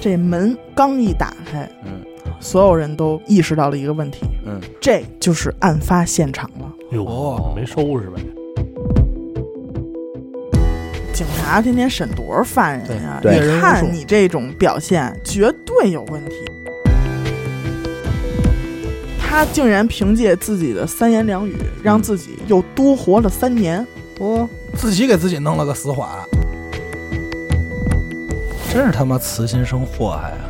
这门刚一打开，嗯所有人都意识到了一个问题，嗯，这就是案发现场了。哟，哦哎没收拾呗？警察天天审多少犯人呀、对你对人无看数你这种表现，绝对有问题。他竟然凭借自己的三言两语，嗯让自己又多活了三年。哦，自己给自己弄了个死缓，真是他妈慈心生祸害啊！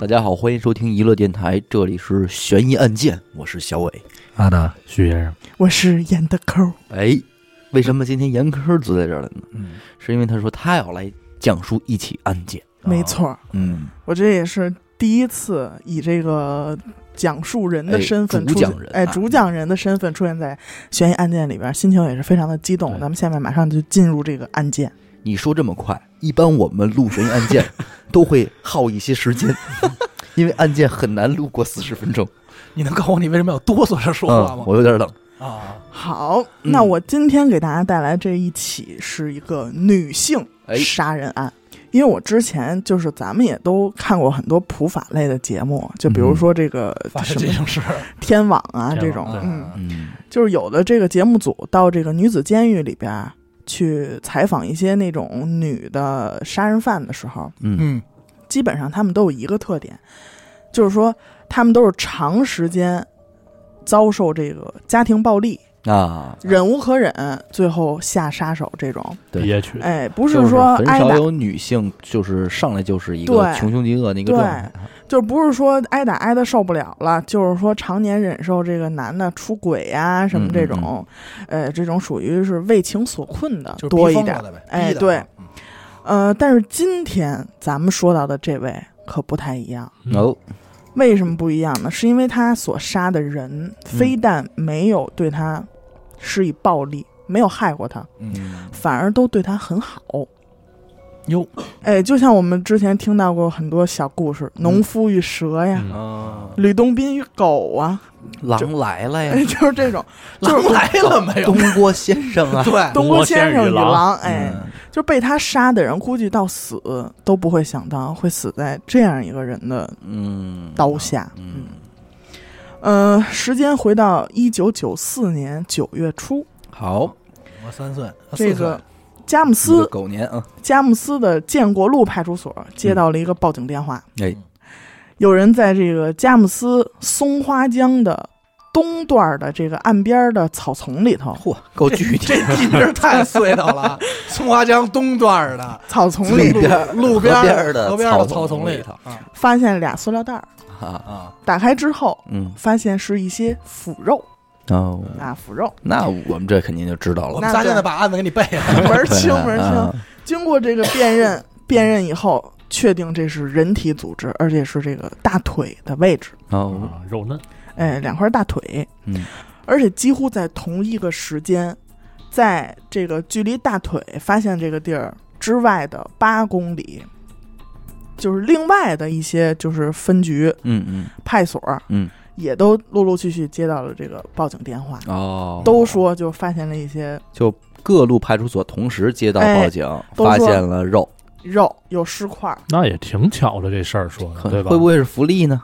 大家好，欢迎收听娱乐电台，这里是悬疑案件，我是小伟。阿达，徐先生，我是演的抠儿，哎，为什么今天严科坐在这儿了呢？嗯，是因为他说他要来讲述一起案件。没错儿，嗯，我这也是第一次以这个讲述人的哎身份主出讲人哎，啊主讲人的身份出现在悬疑案件里边儿，心情也是非常的激动。对咱们下面马上就进入这个案件。你说这么快，一般我们录悬疑案 件都会耗一些时间， 因为案件很难录过四十分钟。你能告诉我你为什么要哆嗦 着说话嗯，吗？我有点冷。啊，好，嗯那我今天给大家带来这一起是一个女性哎杀人案，因为我之前就是咱们也都看过很多普法类的节目，就比嗯如说这个发生什这么种事儿，天网啊这天种网，对嗯，嗯就是有的这个节目组到这个女子监狱里边儿去采访一些那种女的杀人犯的时候，嗯嗯，基本上他们都有一个特点，就是说他们都是长时间遭受这个家庭暴力。啊，忍无可忍，最后下杀手这种，对憋屈，哎，不就是说很挨少打，有女性就是上来就是一个对穷凶极恶的一个对状态。就是不是说挨打挨的受不了了，就是说常年忍受这个男的出轨呀、什么这种，呃，这种属于是为情所困的嗯就是多一逼疯点了。的呗，哎逼的对嗯呃，但是今天咱们说到的这位可不太一样，嗯哦，为什么不一样呢？是因为他所杀的人非但没有对他施以暴力，没有害过他，嗯反而都对他很好。哟，哎，就像我们之前听到过很多小故事，农夫与蛇呀，嗯啊，吕洞宾与狗啊，狼来 了呀哎，，就是这种， 就狼是来了没有东？郭先生啊，对，东郭先生与东郭先生与狼哎，嗯就被他杀的人，估计到死都不会想到会死在这样一个人的嗯，刀下。嗯，嗯，呃，时间回到一九九四年九月初，好，我三岁，啊这四岁个 佳木一个斯狗年啊，佳木斯的建国路派出所接到了一个报警电话，哎，有人在这个佳木斯松花江的东段的这个岸边的草丛里头，嚯，够具体这， 地名儿太碎 叨了，松花江东段儿的草丛里里边儿路边河边儿儿的河边儿的草草丛丛里里头啊发现俩塑料袋儿，啊，啊，打开之后嗯，发现是一些腐肉哦，啊，腐 肉。那我们这肯定就知道我 了，们那仨对现在把案子给你背了，门儿清对门儿啊清。经过这个辨认， 辨认以后确定这是人体组织，而且是这个大腿的位置，哦，啊肉嫩，哎，两块大腿，嗯，而且几乎在同一个时间，在这个距离大腿发现这个地儿之外的八公里。就是另外的一些就是分局、嗯嗯派出所，嗯，也都陆陆续续接到了这个报警电话，哦，都说就发现了一些就各路派出所同时接到报警，都说发现了肉，肉有尸块儿，那也挺巧的这事儿说的，可对吧？会不会是福利呢？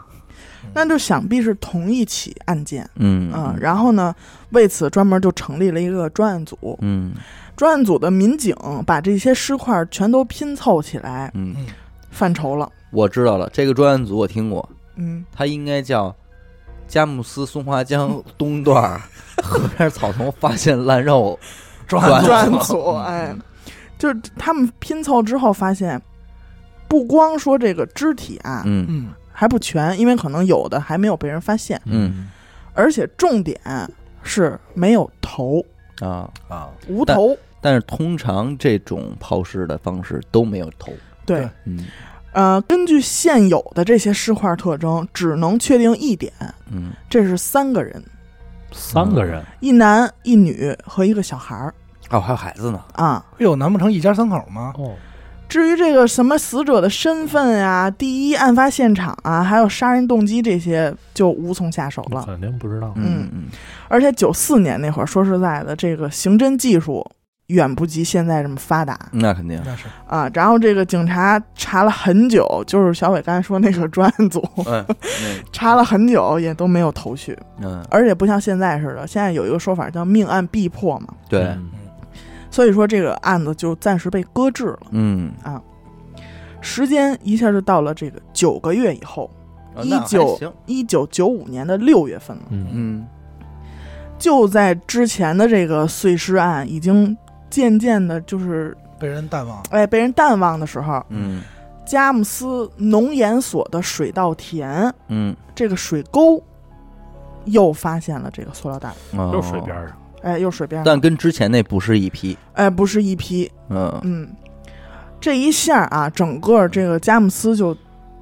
那就想必是同一起案件。嗯嗯，然后呢，为此专门就成立了一个专案组。嗯专案组的民警把这些尸块全都拼凑起来，嗯，嗯犯愁了。我知道了，这个专案组我听过， 嗯，它应该叫佳木斯松花江东段儿河边草丛发现烂肉，转专案转组，哎，嗯就是他们拼凑之后发现，不光说这个肢体啊、嗯嗯，还不全，因为可能有的还没有被人发现，嗯而且重点是没有头，啊，啊，无头。但是通常这种抛尸的方式都没有头，对，对嗯呃，根据现有的这些尸块特征，只能确定一点，嗯，这是三个人。三个人，一男一女和一个小孩儿哦，还有孩子呢，啊。哎呦，难不成一家三口吗？哦，至于这个什么死者的身份啊、第一案发现场啊，还有杀人动机这些，就无从下手了。肯定不知道。嗯嗯而且九四年那会儿，说实在的，这个刑侦技术远不及现在这么发达嗯，那肯 定。那是啊。然后这个警察查了很久，就是小伟刚才说那个专案组嗯查了很久，也都没有头绪。嗯，而且不像现在似的，现在有一个说法叫命案必破嘛，对，嗯所以说这个案子就暂时被搁置了。嗯，时间一下就到了这个九个月以后，啊一那还九行一九九五年的六月份了。嗯，嗯就在之前的这个碎尸案已经渐渐的，就是被人淡忘了。哎被人淡忘的时候，嗯佳木斯农研所的水稻田嗯，这个水沟又发现了这个塑料袋，就就是水边，上。哎，又水边上，哦但跟之前那不是一批。哎，不是一批，嗯嗯，这一下啊，整个这个佳木斯就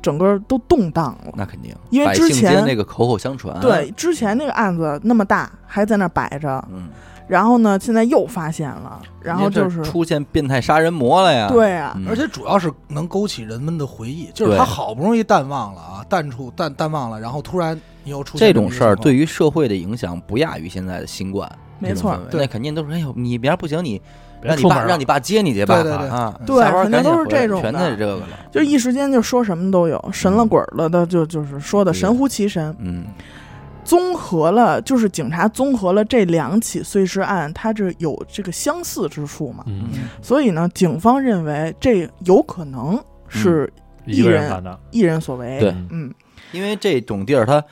整个都动荡了。那肯定，因为百之姓前间那个口口相传，对，，之前那个案子那么大，还在那儿摆着，嗯，然后呢，现在又发现了，然后人家就这是出现变态杀人魔了呀，对啊，嗯，而且主要是能勾起人们的回忆，就是对他好不容易淡忘了啊，淡出淡淡忘了，然后突然你又出现这种事儿么一个情况对于社会的影响不亚于现在的新冠，没嗯这种错氛儿，围对那肯定都是哎呦，你明儿不行，你别让你出门爸了让你爸接你去吧，对对对啊，嗯对下班儿肯赶紧定都是这种的回来全都是这个了，就一时间就说什么都有，神了鬼儿了的，就就是说的对神乎其神。嗯综合了，就是警察综合了这两起碎尸案，它这有这个相似之处嘛，嗯，所以呢，警方认为这有可能是一个人干的。一人所为。嗯对嗯嗯，因为这种地儿它。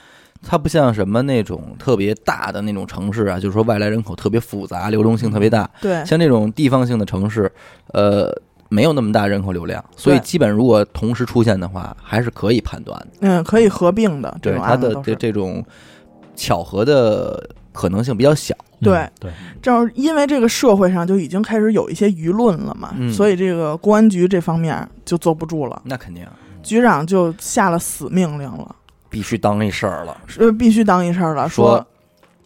它不像什么那种特别大的那种城市啊，就是说外来人口特别复杂，流动性特别大。对，像这种地方性的城市，呃，没有那么大人口流量，所以对基本如果同时出现的话，还是可以判断的。嗯，可以合并的这对种它案子的都这是。这种巧合的可能性比较小。对嗯嗯对，正因为这个社会上就已经开始有一些舆论了嘛，嗯所以这个公安局这方面就坐不住了，那肯定局长就下了死命令了，必须当一事儿了。呃，必须当一事儿了，说说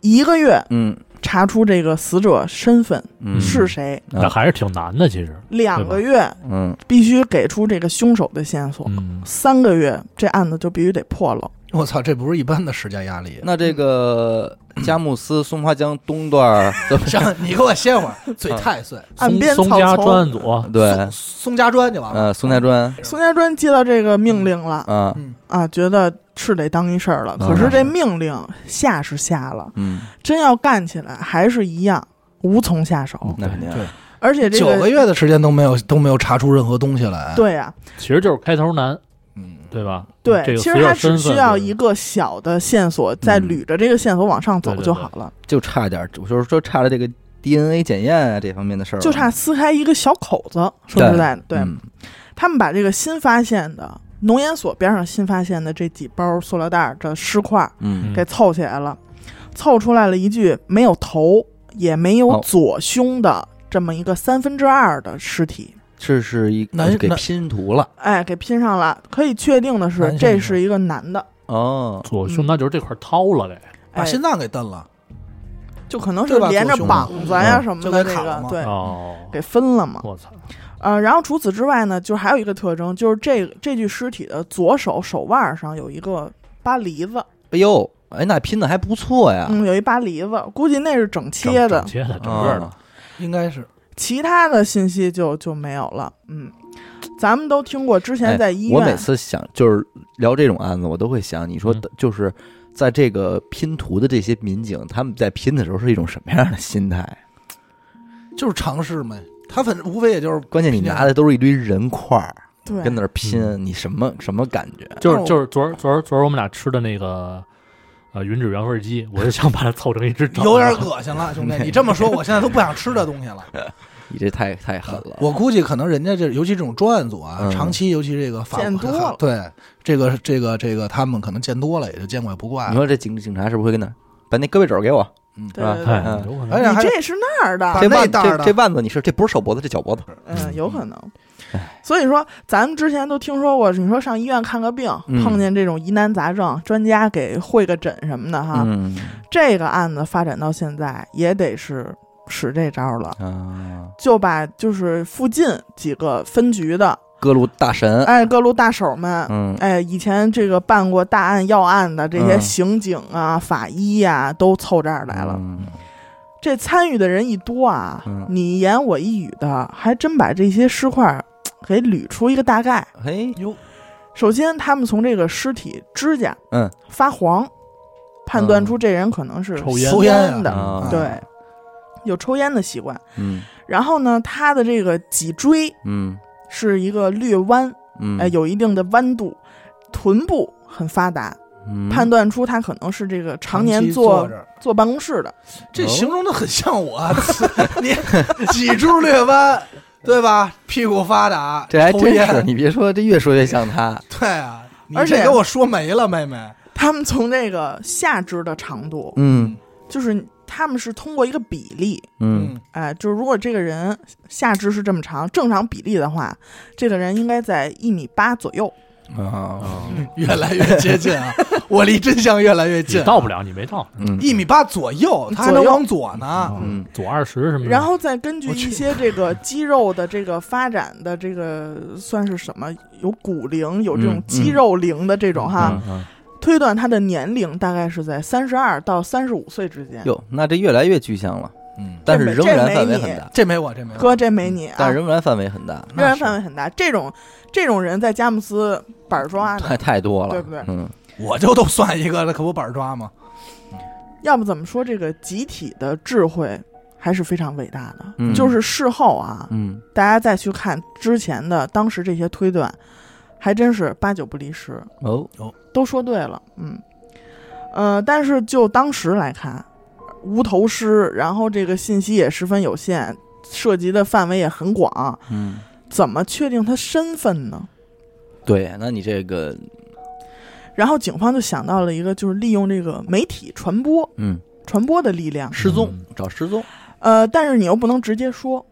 一个月嗯查出这个死者身份嗯是谁，嗯那还是挺难的，其实。两个月嗯必须给出这个凶手的线索，嗯，三个月这案子就必须得破了。 我操，这不是一般的时间压力。 那这个佳木斯松花江东段 儿怎么行，你给我歇会儿，嘴啊太碎。岸松边松草家丛专案组，对松，松家砖就完了。呃，松家庄宋家庄接到这个命令了、啊，嗯，啊，觉得是得当一事儿了。嗯可是这命令下是下了，嗯，真要干起来还是一样无从下手，嗯那肯定啊对而且这九个个。月的时间都没有都没有查出任何东西来。，对呀、其实就是开头难，嗯，对吧？对，这个其死实他者只身需份要就是一个小的线索，再嗯捋着这个线索往上走对对就对好了，就差点儿，就是说差了这个 DNA 检验啊这方面的事儿了，就差撕开一个小口子。说实在的，对，嗯他们把这个新发现的农研所边上新发现的这几包塑料袋儿的尸块嗯嗯给凑起来了，凑出来了一具没有头也没有哦左胸的这么一个三分之二的尸体。这是一男给男拼图了哎，给拼上了，可以确定的是，男性这是是一个男的，哦，左胸那就是这块掏了呗。把哎，心脏给蹬了，就可能是对吧连着左胸膀子呀嗯什么就的，给这砍了个嘛对，哦，给分了嘛。我操！呃，然后除此之外呢，就是还有一个特征，就是这这具尸体的左手手腕上有一个巴黎子，哎呦，哎，那拼的还不错呀，嗯，有一巴黎子，估计那是整整切的整，切的，整个的啊，应该是其他的信息就就没有了。嗯，咱们都听过之前在医哎我每院，次想就是聊这种案子，我都会想，你说嗯就是在这个拼图的这些民警，他们在拼的时候是一种什么样的心态？就是尝试呗。他反正无非也就是关键你拿的都是一堆人块儿，对，跟那儿拼，你什么什么感觉？就是就是昨儿昨儿昨儿我们俩吃的那个呃云指原味鸡，我就想把它凑成一只整的。有点恶心 了，兄弟，你这么说，我现在都不想吃这东西了。你这太太狠了。我估计可能人家这，尤其这种专案组啊嗯，长期，尤其这个法见多了对这个这个这个，他们可能见多了，也就见怪不怪你了。说这警警察是不是会跟那儿把那胳膊肘给我？嗯，对啊对对哎，有可而能。且你还这是那儿的把，这那腕袋儿这的这腕子你是这不是手脖子，这脚脖子。嗯，有可能。哎所以说，咱们之前都听说过，你说上医院看个病，嗯碰见这种疑难杂症，专家给会个诊什么的哈。嗯，这个案子发展到现在也得是使这招了，啊，就把就是附近几个分局的各路大神，哎各路大手们，嗯哎以前这个办过大案要案的这些嗯刑警啊、法医呀、都凑这儿来了。嗯这参与的人一多啊，嗯你一言我一语的，还真把这些尸块儿给捋出一个大概。嘿，哟，首先，他们从这个尸体指甲嗯发黄，判断出这人可能是嗯抽烟吸烟的，啊对，有抽烟的习惯。嗯然后呢，他的这个脊椎嗯是一个略弯，嗯，哎，有一定的弯度，臀部很发达，嗯判断出他可能是这个常年期坐坐这儿，坐办公室的。这哦形容的很像我，啊 你脊柱略弯，对吧？屁股发达，这还抽真是，烟你别说，这越说越像他。对啊，你而且这给我说没了，妹妹。他们从这个下肢的长度，嗯就是他们是通过一个比例，嗯，哎，就是如果这个人下肢是这么长，正常比例的话，这个人应该在一米八左右。啊，啊，越来越接 近啊，我离真相越来越你近。到不了，你没到，嗯一米八左右，他还能往左呢。嗯左二十什么的，然后再根据我去一些这个肌肉的这个发展的这个算是什么，有骨龄，有这种嗯肌肉龄的这种啊哈，嗯，嗯推断他的年龄大概是在三十二到三十五岁之间。哟，那这越来越具象了，嗯，但是仍然范围这没很你大，嗯这没我，这没我。哥，这没你啊，但仍然范围很大，仍然范围，围很大。这种这种人在佳木斯板儿抓太的，太多了，对不对嗯我就都算一个了，可不板儿抓吗？要不怎么说这个集体的智慧还是非常伟大的？嗯就是事后啊，嗯大家再去看之前的当时这些推断，还真是八九不离十，哦，都说对了。嗯，呃，但是就当时来看，无头尸，然后这个信息也十分有限，涉及的范围也很广，嗯，怎么确定他身份呢？对，那你这个然后警方就想到了一个，就是利用这个媒体传播嗯传播的力量。失踪嗯找失踪呃，但是你又不能直接说，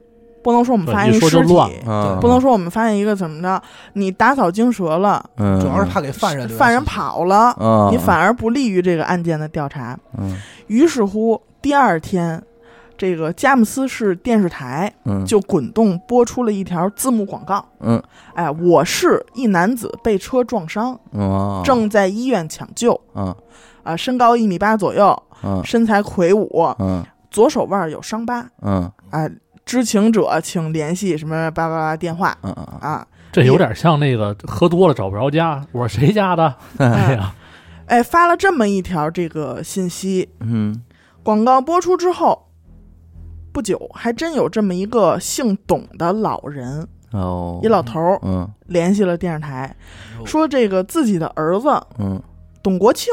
不能说我们对发一现说就尸体，乱啊不能说我们发现一个怎么着，你打草惊蛇了，嗯，主要是怕给犯人留下犯人信息跑了，啊，你反而不利于这个案件的调查。嗯于是乎，第二天，这个佳木斯市电视台嗯就滚动播出了一条字幕广告嗯：“哎，我市一男子被车撞伤，哦正在医院抢救，啊啊，身高一米八左右，啊身材魁梧，嗯左手腕有伤疤，嗯啊，知情者请联系什么叭叭叭电话嗯啊 啊。”这有点像那个喝多了找不着家，我是谁家的？哎呀，哎，发了这么一条这个信息，嗯广告播出之后不久，还真有这么一个姓董的老人，哦哎一老头儿嗯联系了电视台，哟说这个自己的儿子嗯董国庆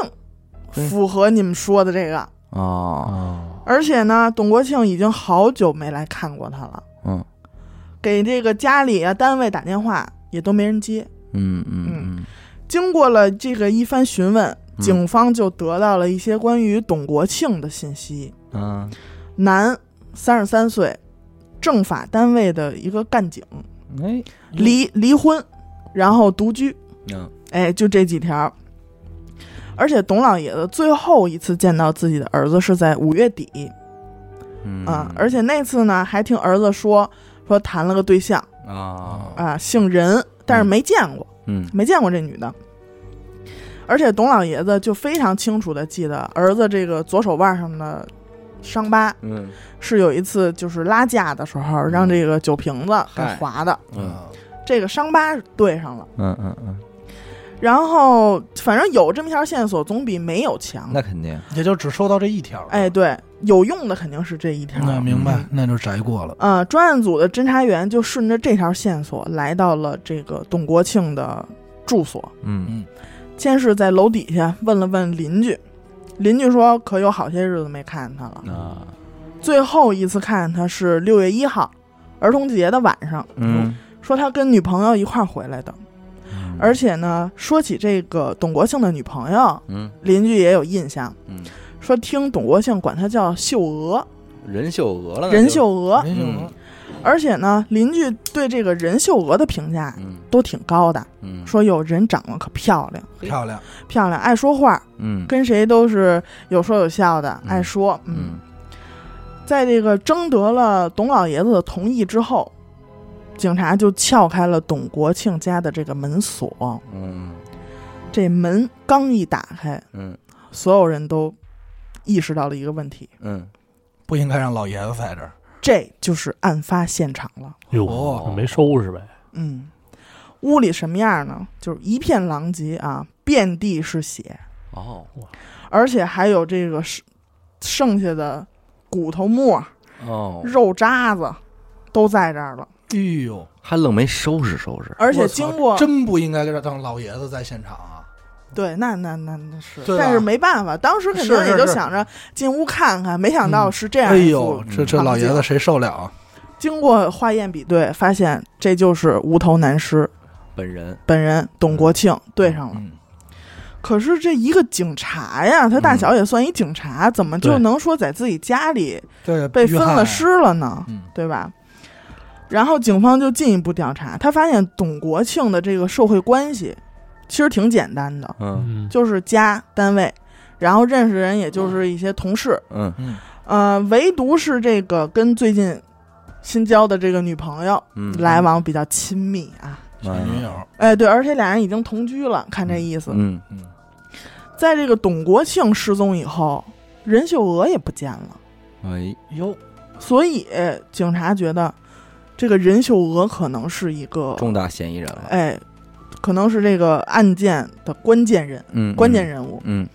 对符合你们说的这个，哦哦，而且呢，董国庆已经好久没来看过他了，嗯给这个家里啊单位打电话也都没人接。嗯嗯经过了这个一番询问，嗯警方就得到了一些关于董国庆的信息。嗯啊男，三十三岁，政法单位的一个干警，哎嗯离离婚，然后独居，嗯哎，就这几条。而且董老爷子最后一次见到自己的儿子是在五月底嗯啊，而且那次呢还听儿子说说谈了个对象啊啊，姓任，但是没见过，嗯没见过这女的。而且董老爷子就非常清楚的记得儿子这个左手腕上的伤疤，嗯是有一次就是拉架的时候，让这个酒瓶子给划的，嗯嗯这个伤疤对上了。嗯嗯嗯，然后反正有这么一条线索，总比没有强那。肯定也就只收到这一条。哎，，对，有用的肯定是这一条。嗯那明白，那就摘过了。呃，专案组的侦查员就顺着这条线索来到了这个董国庆的住所，嗯先是在楼底下问了问邻居，邻居说可有好些日子没看见他了，啊最后一次看见他是六月一号儿童节的晚上，嗯，说他跟女朋友一块儿回来的。而且呢，说起这个董国庆的女朋友，嗯邻居也有印象，嗯说听董国庆管她叫秀娥，人秀鹅了任秀娥。没嗯而且呢，邻居对这个任秀娥的评价嗯都挺高的，嗯说有人长得可漂亮，漂亮，漂亮，爱说话，嗯跟谁都是有说有笑的，嗯爱说。嗯，嗯在这个征得了董老爷子的同意之后，警察就撬开了董国庆家的这个门锁。嗯这门刚一打开，嗯所有人都意识到了一个问题，嗯，不应该让老爷子在这儿。这就是案发现场了。哟哦，没收拾呗，嗯，屋里什么样呢？就是一片狼藉啊，遍地是血，哦，而且还有这个剩剩下的骨头沫、哦，肉渣子都在这儿了。哎呦，还愣没收拾收拾，而且我操经过真不应该让老爷子在现场啊！对，那那那那是，对吧但是没办法，当时肯定是是也就是想着进屋看看，没想到是这样哎一呦幅。，这这老爷子谁受了啊？经过化验比对，发现这就是无头男尸本人本人董国庆对上了。嗯，可是这一个警察呀，他大小也算一警察，怎么就对能说在自己家里对，被约分翰了尸了呢？嗯，对吧？然后警方就进一步调查，他发现董国庆的这个社会关系其实挺简单的，嗯嗯，就是家单位，然后认识人也就是一些同事，嗯嗯，呃，唯独是这个跟最近新交的这个女朋友嗯，来往比较亲密啊。前女友，哎，对，而且俩人已经同居了，看这意思。嗯嗯，在这个董国庆失踪以后，任秀娥也不见了，哎哟，所以呃警察觉得这个任秀娥可能是一个，重大嫌疑人了，哎，可能是这个案件的关键人、嗯，关键人物。嗯，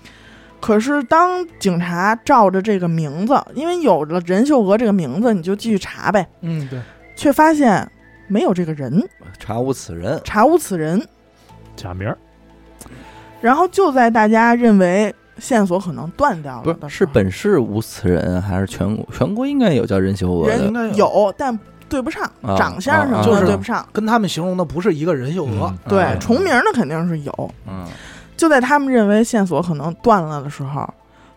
可是当警察照着这个名字，因为有了任秀娥这个名字，你就继续查呗，嗯，对，却发现没有这个人，嗯，查无此人，查无此人。假名儿，然后就在大家认为线索可能断掉不了是的时是候本市无此人，还是全国全国应该有叫任秀娥人的应该有，但对不上，啊长相什啊么就的是对不上。跟他们形容的不是一个人秀娥嗯，对，啊重名的肯定是有。嗯就在他们认为线索可能断了的时候，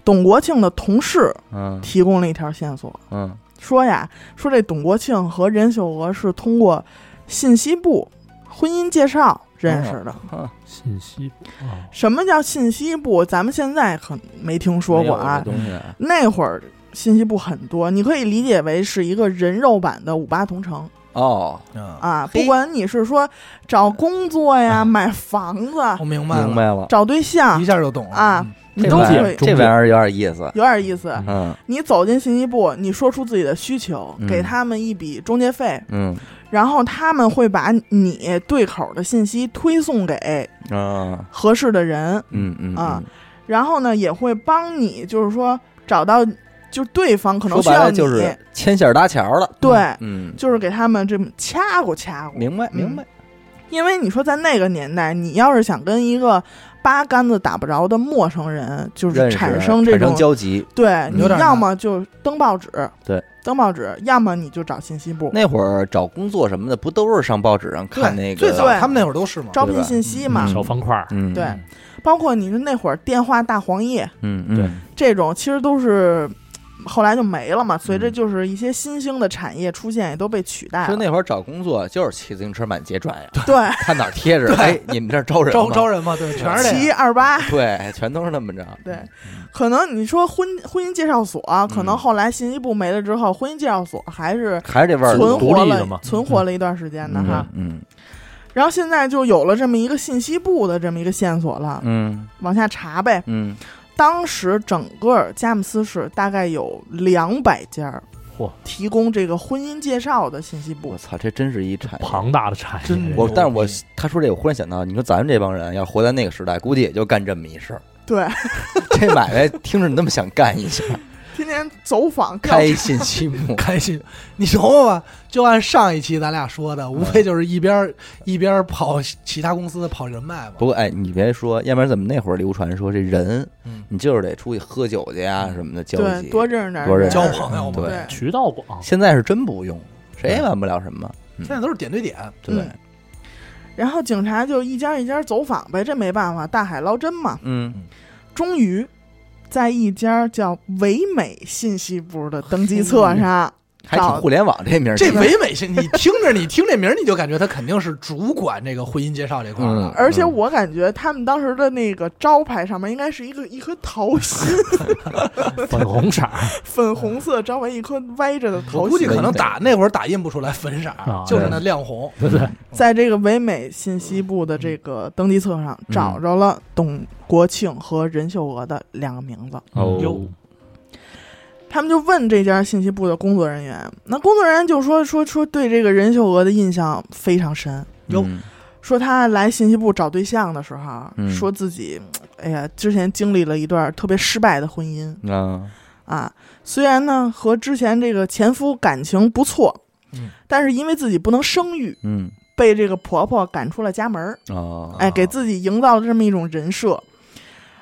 董国庆的同事嗯提供了一条线索，嗯说呀，说这董国庆和任秀娥是通过信息部婚姻介绍认识的。嗯，信息啊，什么叫信息部？咱们现在可没听说过啊没有这。东西啊，那会儿信息部很多，你可以理解为是一个人肉版的五八同城哦，啊，啊。嘿啊不管你是说找工作呀、买房子、我明白明了，白了，找对象一，下就懂了啊，嗯你哦这都玩意会儿这玩意儿有点意思，有点意思。嗯你走进信息部，你说出自己的需求，嗯给他们一笔中介费，嗯然后他们会把你对口的信息推送给啊合适的人，嗯嗯啊，然后呢也会帮你，就是说找到就对方可嗯能说需白要了你，就是牵线搭桥了，对，嗯，就是给他们这么掐过掐过。明白嗯明白，因为你说在那个年代，你要是想跟一个八竿子打不着的陌生人，就是认识产生这产种生交集，对，嗯你有点要难么就登报纸，对，登报纸，要么你就找信息部那会儿找工作什么的，不都是上报纸上看那对个？最早对他们那会儿都是嘛，招对聘吧信息嘛，嗯小方块儿，嗯，对包括你说那会儿电话大黄页嗯对嗯，这种，其实都是嗯后来就没了嘛。随着就是一些新兴的产业出现，也都被取代说了。嗯那会儿找工作就是骑自行车满街转呀，对，看哪儿贴着，哎，你们这儿招人招吗招人嘛，对，全是这七样，二八，对，全都是那么着，对，可能你说婚婚姻介绍所、可能嗯后来信息部没了之后，婚姻介绍所还是还是这味儿，存独活立的了嘛存活了一段时间的哈。嗯然后现在就有了这么一个信息部的这么一个线索了，嗯往下查呗。嗯，当时整个佳木斯市大概有两百家儿嚯提供这个婚姻介绍的信息部我，操，这真是一产业。庞大的产业，真我，牛嗯但是我逼他说这，我忽然想到，你说咱们这帮人要活在那个时代，估计也就干这么一事儿。对， 这买卖听着你那么想干 一下，天天走访调查开信息幕，开心。你琢磨吧，就按上一期咱俩说的，无非就是一边儿一边儿跑其他公司跑人脉嘛 不。过哎，你别说，要不然怎么那会儿流传说这人，嗯你就是得出去喝酒去呀、什么的交嗯对际，多认识点儿多认人，识交朋友嘛对，对渠 道广，现在是真不用，谁也办不了什么。嗯现在都是点对点，对，然后警察就一家一家走访呗，这没办法，大海捞针嘛。嗯，终哎于，在一家叫唯美信息部的登记册上还挺互联网这名儿起这的，唯美性，你听着，你听这名儿，你就感觉他肯定是主管这个婚姻介绍这块儿嗯的。，而且嗯我感觉他们当时的那个招牌上面应该是一个一颗桃心， 粉红色儿粉红色招牌，一颗歪着的我桃估计心。可能打那会儿打印不出来粉色儿，啊就是那亮红。对不对？在这个唯美信息部的嗯这个登记册上找着了董国庆和任秀娥的两个名字， 哦哟，他们就问这家信息部的工作人员，那工作人员就说说说对这个任秀娥的印象非常深，哟嗯说她来信息部找对象的时候，啊嗯说自己哎呀之前经历了一段特别失败的婚姻啊，啊，虽然呢和之前这个前夫感情不错，嗯但是因为自己不能生育，嗯被这个婆婆赶出了家门儿，啊，哎，给自己营造了这么一种人设。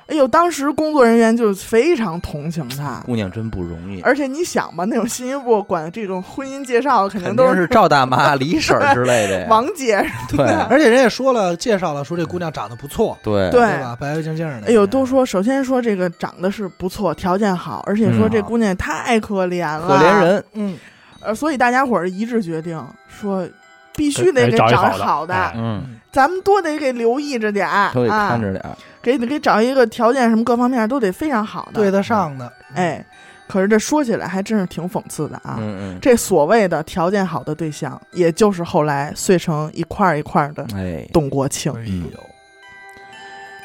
哎呦，当时工作人员就非常同情她，姑娘真不容易，而且你想吧，那种信息部管这种婚姻介绍，肯定肯都定是赵大妈、李婶儿之类的呀， 王姐。对而且人也说了，介绍了，说这姑娘长得不错，对对吧？白白净净的。哎呦，都说首先说这个长得是不错，条件好，而且说嗯这姑娘也太可怜了，可怜。人，嗯，呃，所以大家伙儿一致决定说，必须得得得给找一好长的好的，哎嗯，咱们多得给留意着点儿都得看啊，着点儿，给给找一个条件什么各方面都得非常好的。对得上的。哎，可是这说起来还真是挺讽刺的啊。嗯这所谓的条件好的对象，也就是后来碎成一块儿一块儿的嗯，哎，董国庆。哎嗯呦，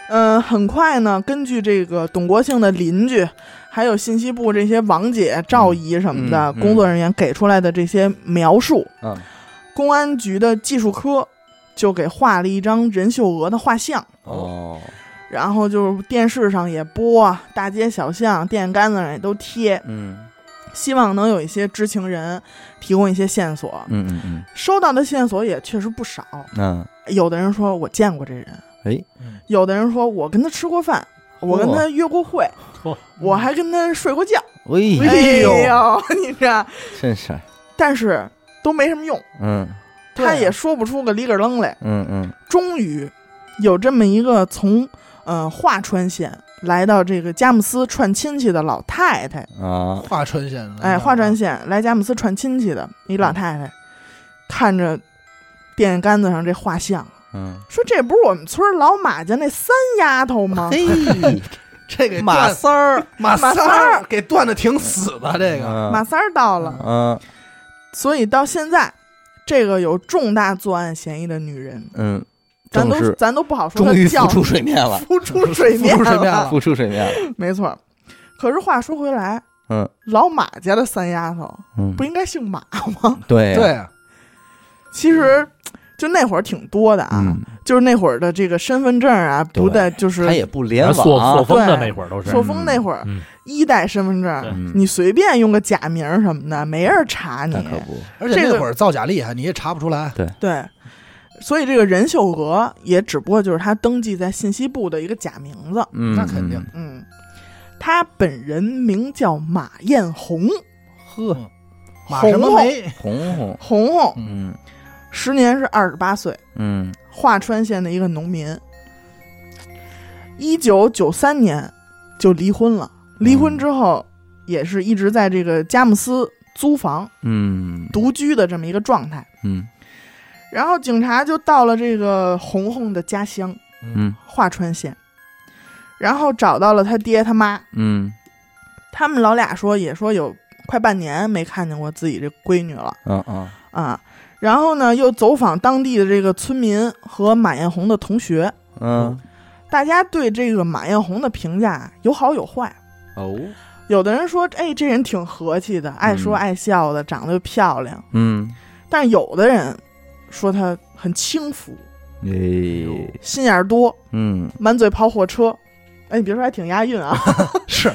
嗯，很快呢，根据这个董国庆的邻居，还有信息部这些王姐、赵姨什么的、嗯嗯工作人员给出来的这些描述，嗯公安局的技术科就给画了一张任秀娥的画像，哦，然后就是电视上也播，大街小巷、电线杆子上也都贴，嗯希望能有一些知情人提供一些线索。嗯嗯嗯，收到的线索也确实不少，那有的人说我见过这人，哎，嗯有的人说我跟他吃过饭，我哦跟他约过会，嚯我还跟他睡过觉。喂，哎哎呦呦， 你这，真是，但是都没什么用，嗯对啊他也说不出个里个楞来。嗯嗯，终于有这么一个从呃桦川县来到这个佳木斯串亲戚的老太太，啊，华川县的，哎，桦川县来佳木斯串亲戚的一老太太，看着电线杆子上这画像。嗯，说这不是我们村儿老马家那三丫头吗？嘿，这给马三儿，马马三三儿儿给断的挺死的，这个马三儿到了，嗯所以到现在，这个有重大作案嫌疑的女人，嗯，咱正都是咱都不好说终于她叫浮出水面了，浮出水面浮出水面了了，浮出水面了，没错。可是话说回来，嗯老马家的三丫头嗯不，应该姓马？对呀对，啊，其实就那会儿挺多的啊，嗯，就是那会儿的这个身份证啊，对不带就是他也不联然后塑塑网，啊封的对那会儿都是朔风那会儿，嗯一代身份证，嗯你随便用个假名儿什么的，没人查你那。可不，而且这个那会儿造假厉害，你也查不出来。对，所以这个任秀娥也只不过就是她登记在信息部的一个假名字。嗯，那肯定嗯，嗯，她本人名叫马艳红，呵，嗯马什么梅， 红红，红红，嗯时年是二十八岁，嗯，桦川县的一个农民。一九九三年就离婚了，离婚之后也是一直在这个佳木斯租房嗯，独居的这么一个状态。嗯然后警察就到了这个红红的家乡嗯桦川县，然后找到了他爹他妈，嗯他们老俩说也说有快半年没看见过自己这闺女了啊啊，啊。然后呢，又走访当地的这个村民和马艳红的同学，嗯大家对这个马艳红的评价有好有坏。哦，有的人说，哎，这人挺和气的，爱说嗯爱笑的，长得又漂亮。嗯，但是有的人说她很轻浮，哎，心眼儿多，嗯，满嘴跑火车。哎，你别说，还挺押韵啊。 是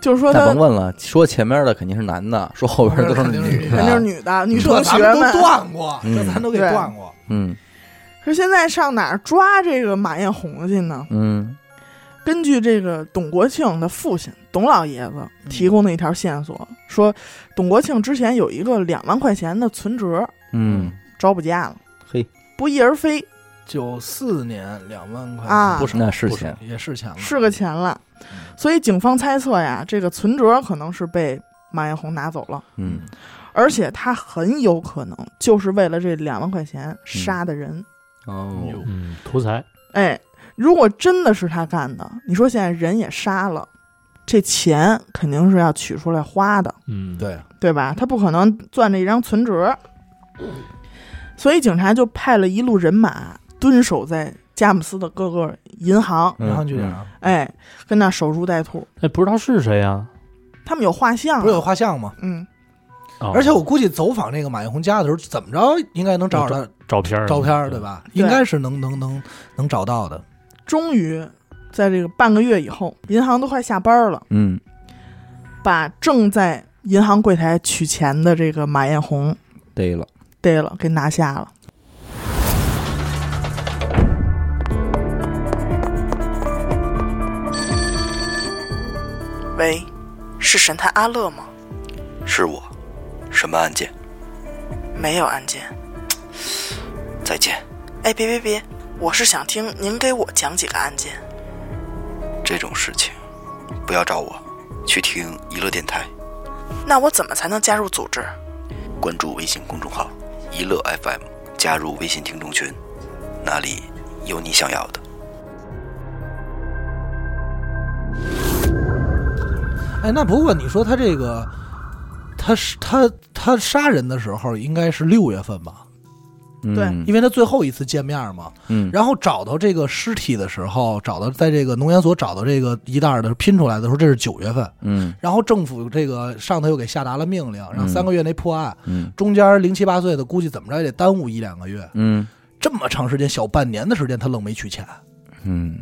就是说那她甭问了，说前面的肯定是男的，说后边的都是女肯定是的，女的，女啊 这同学咱们们都断过，嗯这咱都给对断过。嗯可是现在上哪儿抓这个马艳红去呢？嗯根据这个董国庆的父亲董老爷子提供的一条线索，说董国庆之前有一个两万块钱的存折嗯，招不见了，嘿，不翼而飞，九四年两万块啊不不少，那是钱，也是钱了。是个钱了嗯。所以警方猜测呀，这个存折可能是被马艳红拿走了，嗯而且他很有可能就是为了这两万块钱杀的人。哦，嗯，图财，哎，如果真的是他干的，你说现在人也杀了，这钱肯定是要取出来花的，嗯，，对啊，对吧？他不可能攥着一张存折，所以警察就派了一路人马蹲守在佳木斯的各个银行，嗯银行局长哎，跟那守株待兔。哎，不知道是谁呀？他们有画像不是有啊，画像吗？嗯，哦而且我估计走访这个马艳红家的时候，怎么着应该能找着照片他儿照嗯片儿，对？吧？应该是能能能能找到的。终于在这个半个月以后，银行都快下班了，嗯把正在银行柜台取钱的这个马艳红对了，逮了，给拿下了。喂，是神探阿乐吗？是我，什么案件？没有案件。再见，哎，别别别，我是想听您给我讲几个案件。这种事情不要找我，去听娱乐电台，那我怎么才能加入组织？关注微信公众号“娱乐 FM”，加入微信听众群，那里有你想要的。哎，那不过你说他这个，他是他他杀人的时候应该是六月份吧？对嗯因为他最后一次见面嘛。嗯然后找到这个尸体的时候，找到在这个农研所找到这个一袋儿的拼出来的时候，这是九月份。嗯然后政府这个上头又给下达了命令，让嗯三个月内破案。嗯中间零七八岁的，估计怎么着也得耽误一两个月，嗯这么长时间，小半年的时间，他愣没取钱。嗯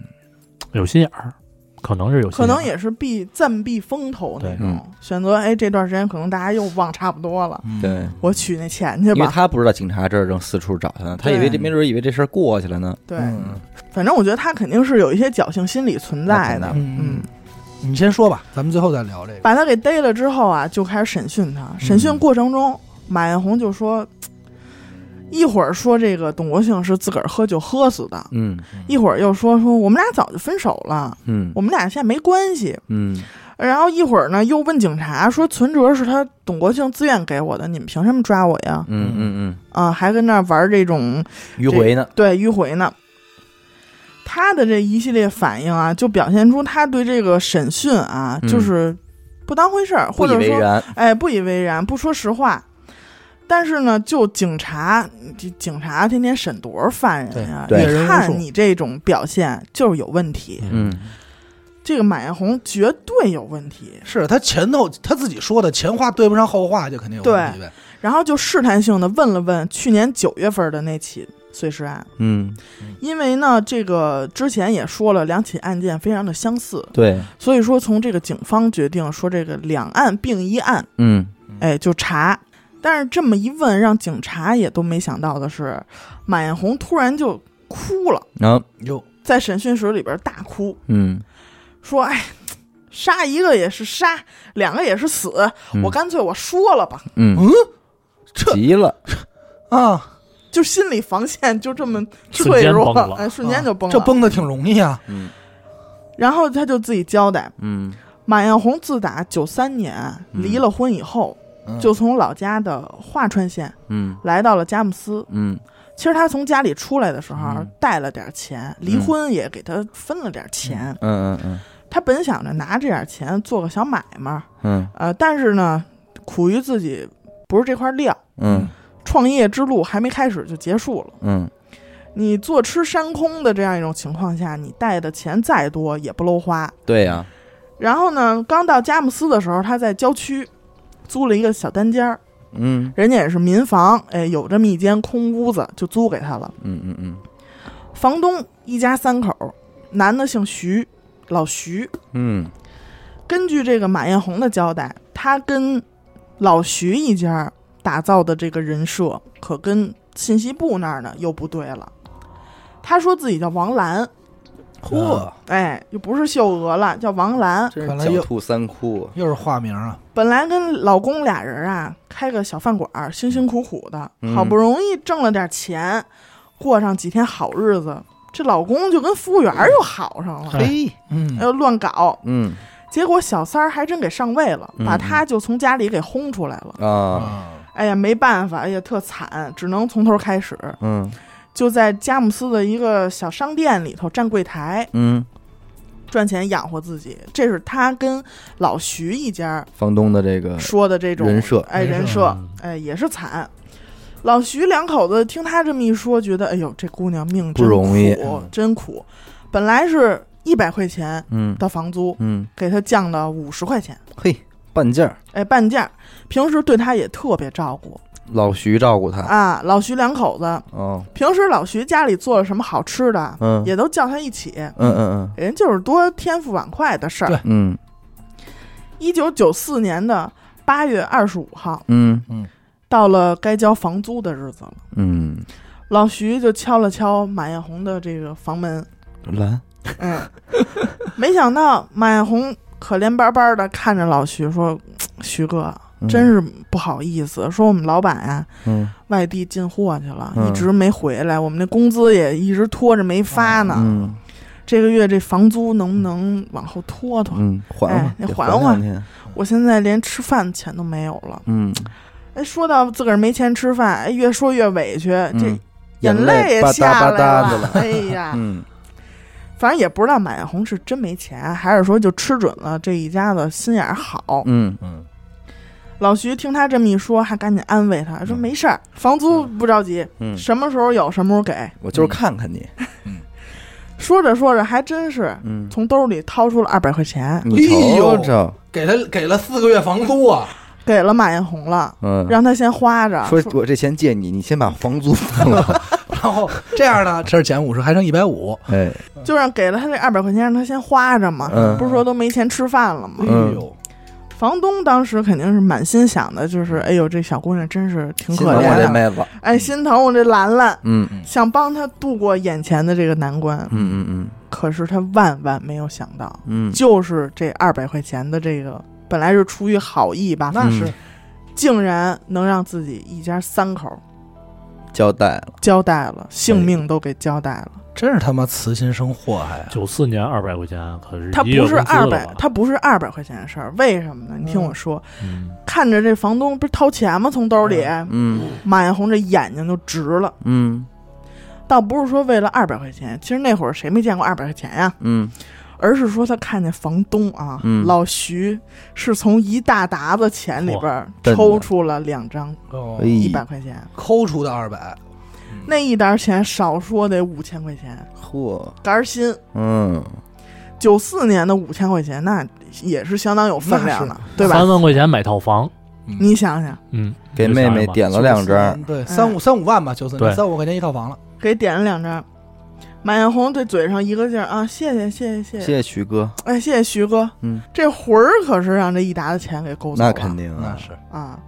有心眼儿，可能是有心眼可儿，能也是避暂避风头那对嗯种选择。哎，这段时间可能大家又忘差不多了，嗯对，我取那钱去嗯因为吧。他不知道警察这儿正四处找他呢，他以为这对没准以为这事儿过去了呢。对，嗯反正我觉得他肯定是有一些侥幸心理存在的那。肯嗯嗯，，你先说吧，咱们最后再聊这个。把他给逮了之后啊，就开始审讯嗯他。审讯过程中，马艳红就说，一会儿说这个董国庆是自个儿喝酒喝死的，嗯一会儿又说说我们俩早就分手了，嗯我们俩现在没关系。嗯然后一会儿呢，又问警察说存折是他董国庆自愿给我的，你们凭什么抓我呀？嗯嗯啊，还跟那儿玩这种嗯，迂回呢。对迂回呢。他的这一系列反应啊，就表现出他对这个审讯啊，嗯就是不当回事儿，不或以者为说然，哎不以为然，不说实话。但是呢，就警察，这警察天天审多少犯人呀、对对一猎人无数看你这种表现就是有问题，嗯这个马艳红绝对有问题。是他前头他自己说的，前话对不上后话，就肯定有问题呗。然后就试探性的问了问去年九月份的那起碎尸案，嗯，因为呢，这个之前也说了，两起案件非常的相似，对，所以说，从这个警方决定说这个两案并一案，嗯哎，就查。但是这么一问，让警察也都没想到的是，马艳红突然就哭了，然后哟，在审讯室里边大哭，嗯说：“哎，杀一个也是杀，两个也是死，嗯我干脆我说了吧。嗯，嗯，这急了，啊，”就心理防线就这么瞬脆间弱，崩了哎，瞬间就崩了。啊这崩的挺容易啊。嗯然后他就自己交代，嗯马艳红自打九三年嗯离了婚以后，嗯就从老家的桦川县嗯来到了佳木斯。嗯其实他从家里出来的时候嗯带了点钱，离婚也给他分了点钱。嗯嗯他本想着拿这点钱做个小买卖，嗯呃，但是呢，苦于自己不是这块料，嗯创业之路还没开始就结束了。嗯你坐吃山空的这样一种情况下，你带的钱再多也不搂花。对呀，然后呢，刚到佳木斯的时候，他在郊区租了一个小单间儿，嗯人家也是民房，哎，有这么一间空屋子就租给他了。嗯嗯嗯房东一家三口，男的姓徐，老徐。嗯根据这个马艳红的交代，他跟老徐一家打造的这个人设，可跟信息部那儿呢又不对了。他说自己叫王兰，嚯，哎，又不是秀娥了，叫王兰。真嗯看来是狡又兔三窟，又是化名啊。本来跟老公俩人啊开个小饭馆儿，辛辛苦苦的，嗯好不容易挣了点钱，过上几天好日子，这老公就跟服务员儿又好上了，哎嘿，嗯，又乱搞，嗯结果小三儿还真给上位了，嗯把他就从家里给轰出来了。啊，啊，哎呀，没办法，哎呀，特惨，只能从头开始。嗯就在佳木斯的一个小商店里头站柜台嗯，赚钱养活自己，这是他跟老徐一家房东的这个说的这种人设哎，人人设设，哎，也是惨。老徐两口子听他这么一说，觉得哎呦，这姑娘命真不容易苦，真苦。本来是一百块钱嗯的房租，嗯，给他降到五十块钱，嘿，半价儿，哎，半价。平时对他也特别照顾老徐照顾他，啊。老徐两口子，哦，平时老徐家里做了什么好吃的，嗯也都叫他一起。嗯嗯人就是多天赋碗筷的事儿对。嗯一九九四年的八月二十五号，嗯到了该交房租的日子了。嗯老徐就敲了敲马艳红的这个房门，嗯，蓝，嗯，没想到马艳红可怜巴巴的看着老徐说：“徐哥，嗯真是不好意思，说我们老板啊嗯外地进货去了，嗯一直没回来，我们那工资也一直拖着没发呢。嗯这个月这房租能不能往后拖拖？嗯，哎缓你缓，缓得缓缓两天，我现在连吃饭钱都没有了。”嗯，哎，说到自个儿没钱吃饭，哎，越说越委屈，这嗯眼泪也吧下嗒来吧嗒的了，哎 呀，嗯反正也不知道马艳红是真没钱，还是说就吃准了这一家子心眼儿好。嗯嗯，老徐听他这么一说，还赶紧安慰他说：“没事儿，房租不着急，嗯，什么时候有什么时候给。我就是看看你，”说着说着，还真是嗯，从兜里掏出了二百块钱，你瞅哎瞅，给了给了四个月房租啊，给了马艳红了，嗯。让他先花着。说我这钱借你，你先把房租付了。然后这样呢，这儿减五十，还剩一百五，哎，就让给了他这二百块钱，让他先花着嘛。嗯不是说都没钱吃饭了吗？哎嗯，房东当时肯定是满心想的，就是哎呦，这小姑娘真是挺心可疼我怜这的，妹子。哎，心疼我这兰兰，嗯想帮她度过眼前的这个难关。嗯嗯可是她万万没有想到，嗯嗯，就是这二百块钱的这个，本来是出于好意吧，那是嗯竟然能让自己一家三口交代了。交代了，性命都给交代了。真是他妈慈心生祸害啊！九四年二百块钱可是他一月不是工资了二百吧，他不是二百块钱的事儿，为什么呢？你听我说，嗯看着这房东不是掏钱吗？从兜里，嗯马艳红这眼睛就直了。嗯倒不是说为了二百块钱，其实那会儿谁没见过二百块钱呀？嗯而是说他看见房东啊，嗯老徐是从一大沓子钱里边儿嚯抽出了两张哦哎一百块钱，抠出的二百，嗯那一沓钱少说得五千块钱，嚯，杆儿新。嗯九四年的五千块钱，那也是相当有分量的，对吧三？万块钱买套房，嗯哎你想想，嗯，给你就妹想妹吧点了两张。对，三五三五万吧，九四年对三五块钱一套房了，给点了两张，马艳红这嘴上一个劲儿啊，谢谢谢谢谢谢谢，谢徐哥，哎，谢谢徐哥，嗯，这魂儿可是让这一沓子钱给勾走了，那肯定那啊，是啊。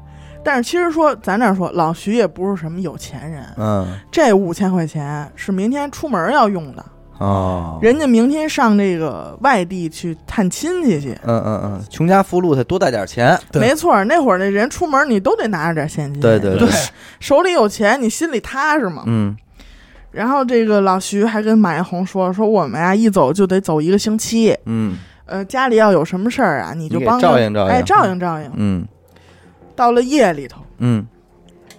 但是其实说，咱这样说，老徐也不是什么有钱人，嗯这五千块钱是明天出门要用的，哦，人家明天上这个外地去探亲戚去。嗯嗯嗯，穷家富路他多带点钱，对没错，那会儿那人出门你都得拿着点现金，对对对手里有钱你心里踏实嘛。嗯然后这个老徐还跟马艳红说，说我们呀、一走就得走一个星期，嗯呃，家里要有什么事儿啊，你就你给帮着照应照应哎，照应照应。嗯到了夜里头，嗯，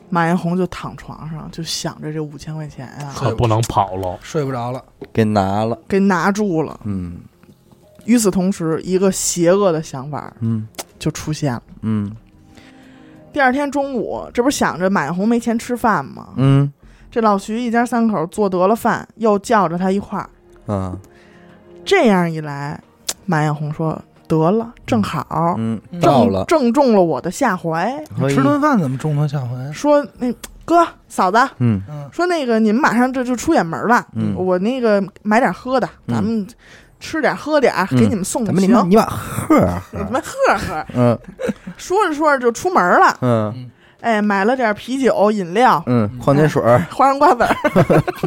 马艳红就躺床上，就想着这五千块钱啊，可不能跑喽。睡不着了，给拿了，给拿住了。嗯与此同时，一个邪恶的想法嗯就出现了。嗯第二天中午，这不是想着马艳红没钱吃饭吗？嗯这老徐一家三口做得了饭，又叫着他一块儿。啊这样一来，马艳红说：“得了，正好、嗯，嗯到了正，正中了我的下怀。可以吃顿饭怎么中途下啊回？说那哥嫂子，嗯嗯，说那个你们马上这就出远门了，嗯我那个买点喝的，嗯咱们吃点喝点，嗯给你们送送咱们你行。把你把喝儿 你喝儿，们喝喝，嗯说着说着就出门了。嗯哎，买了点啤酒、饮料、嗯，矿泉水儿，花生瓜子儿、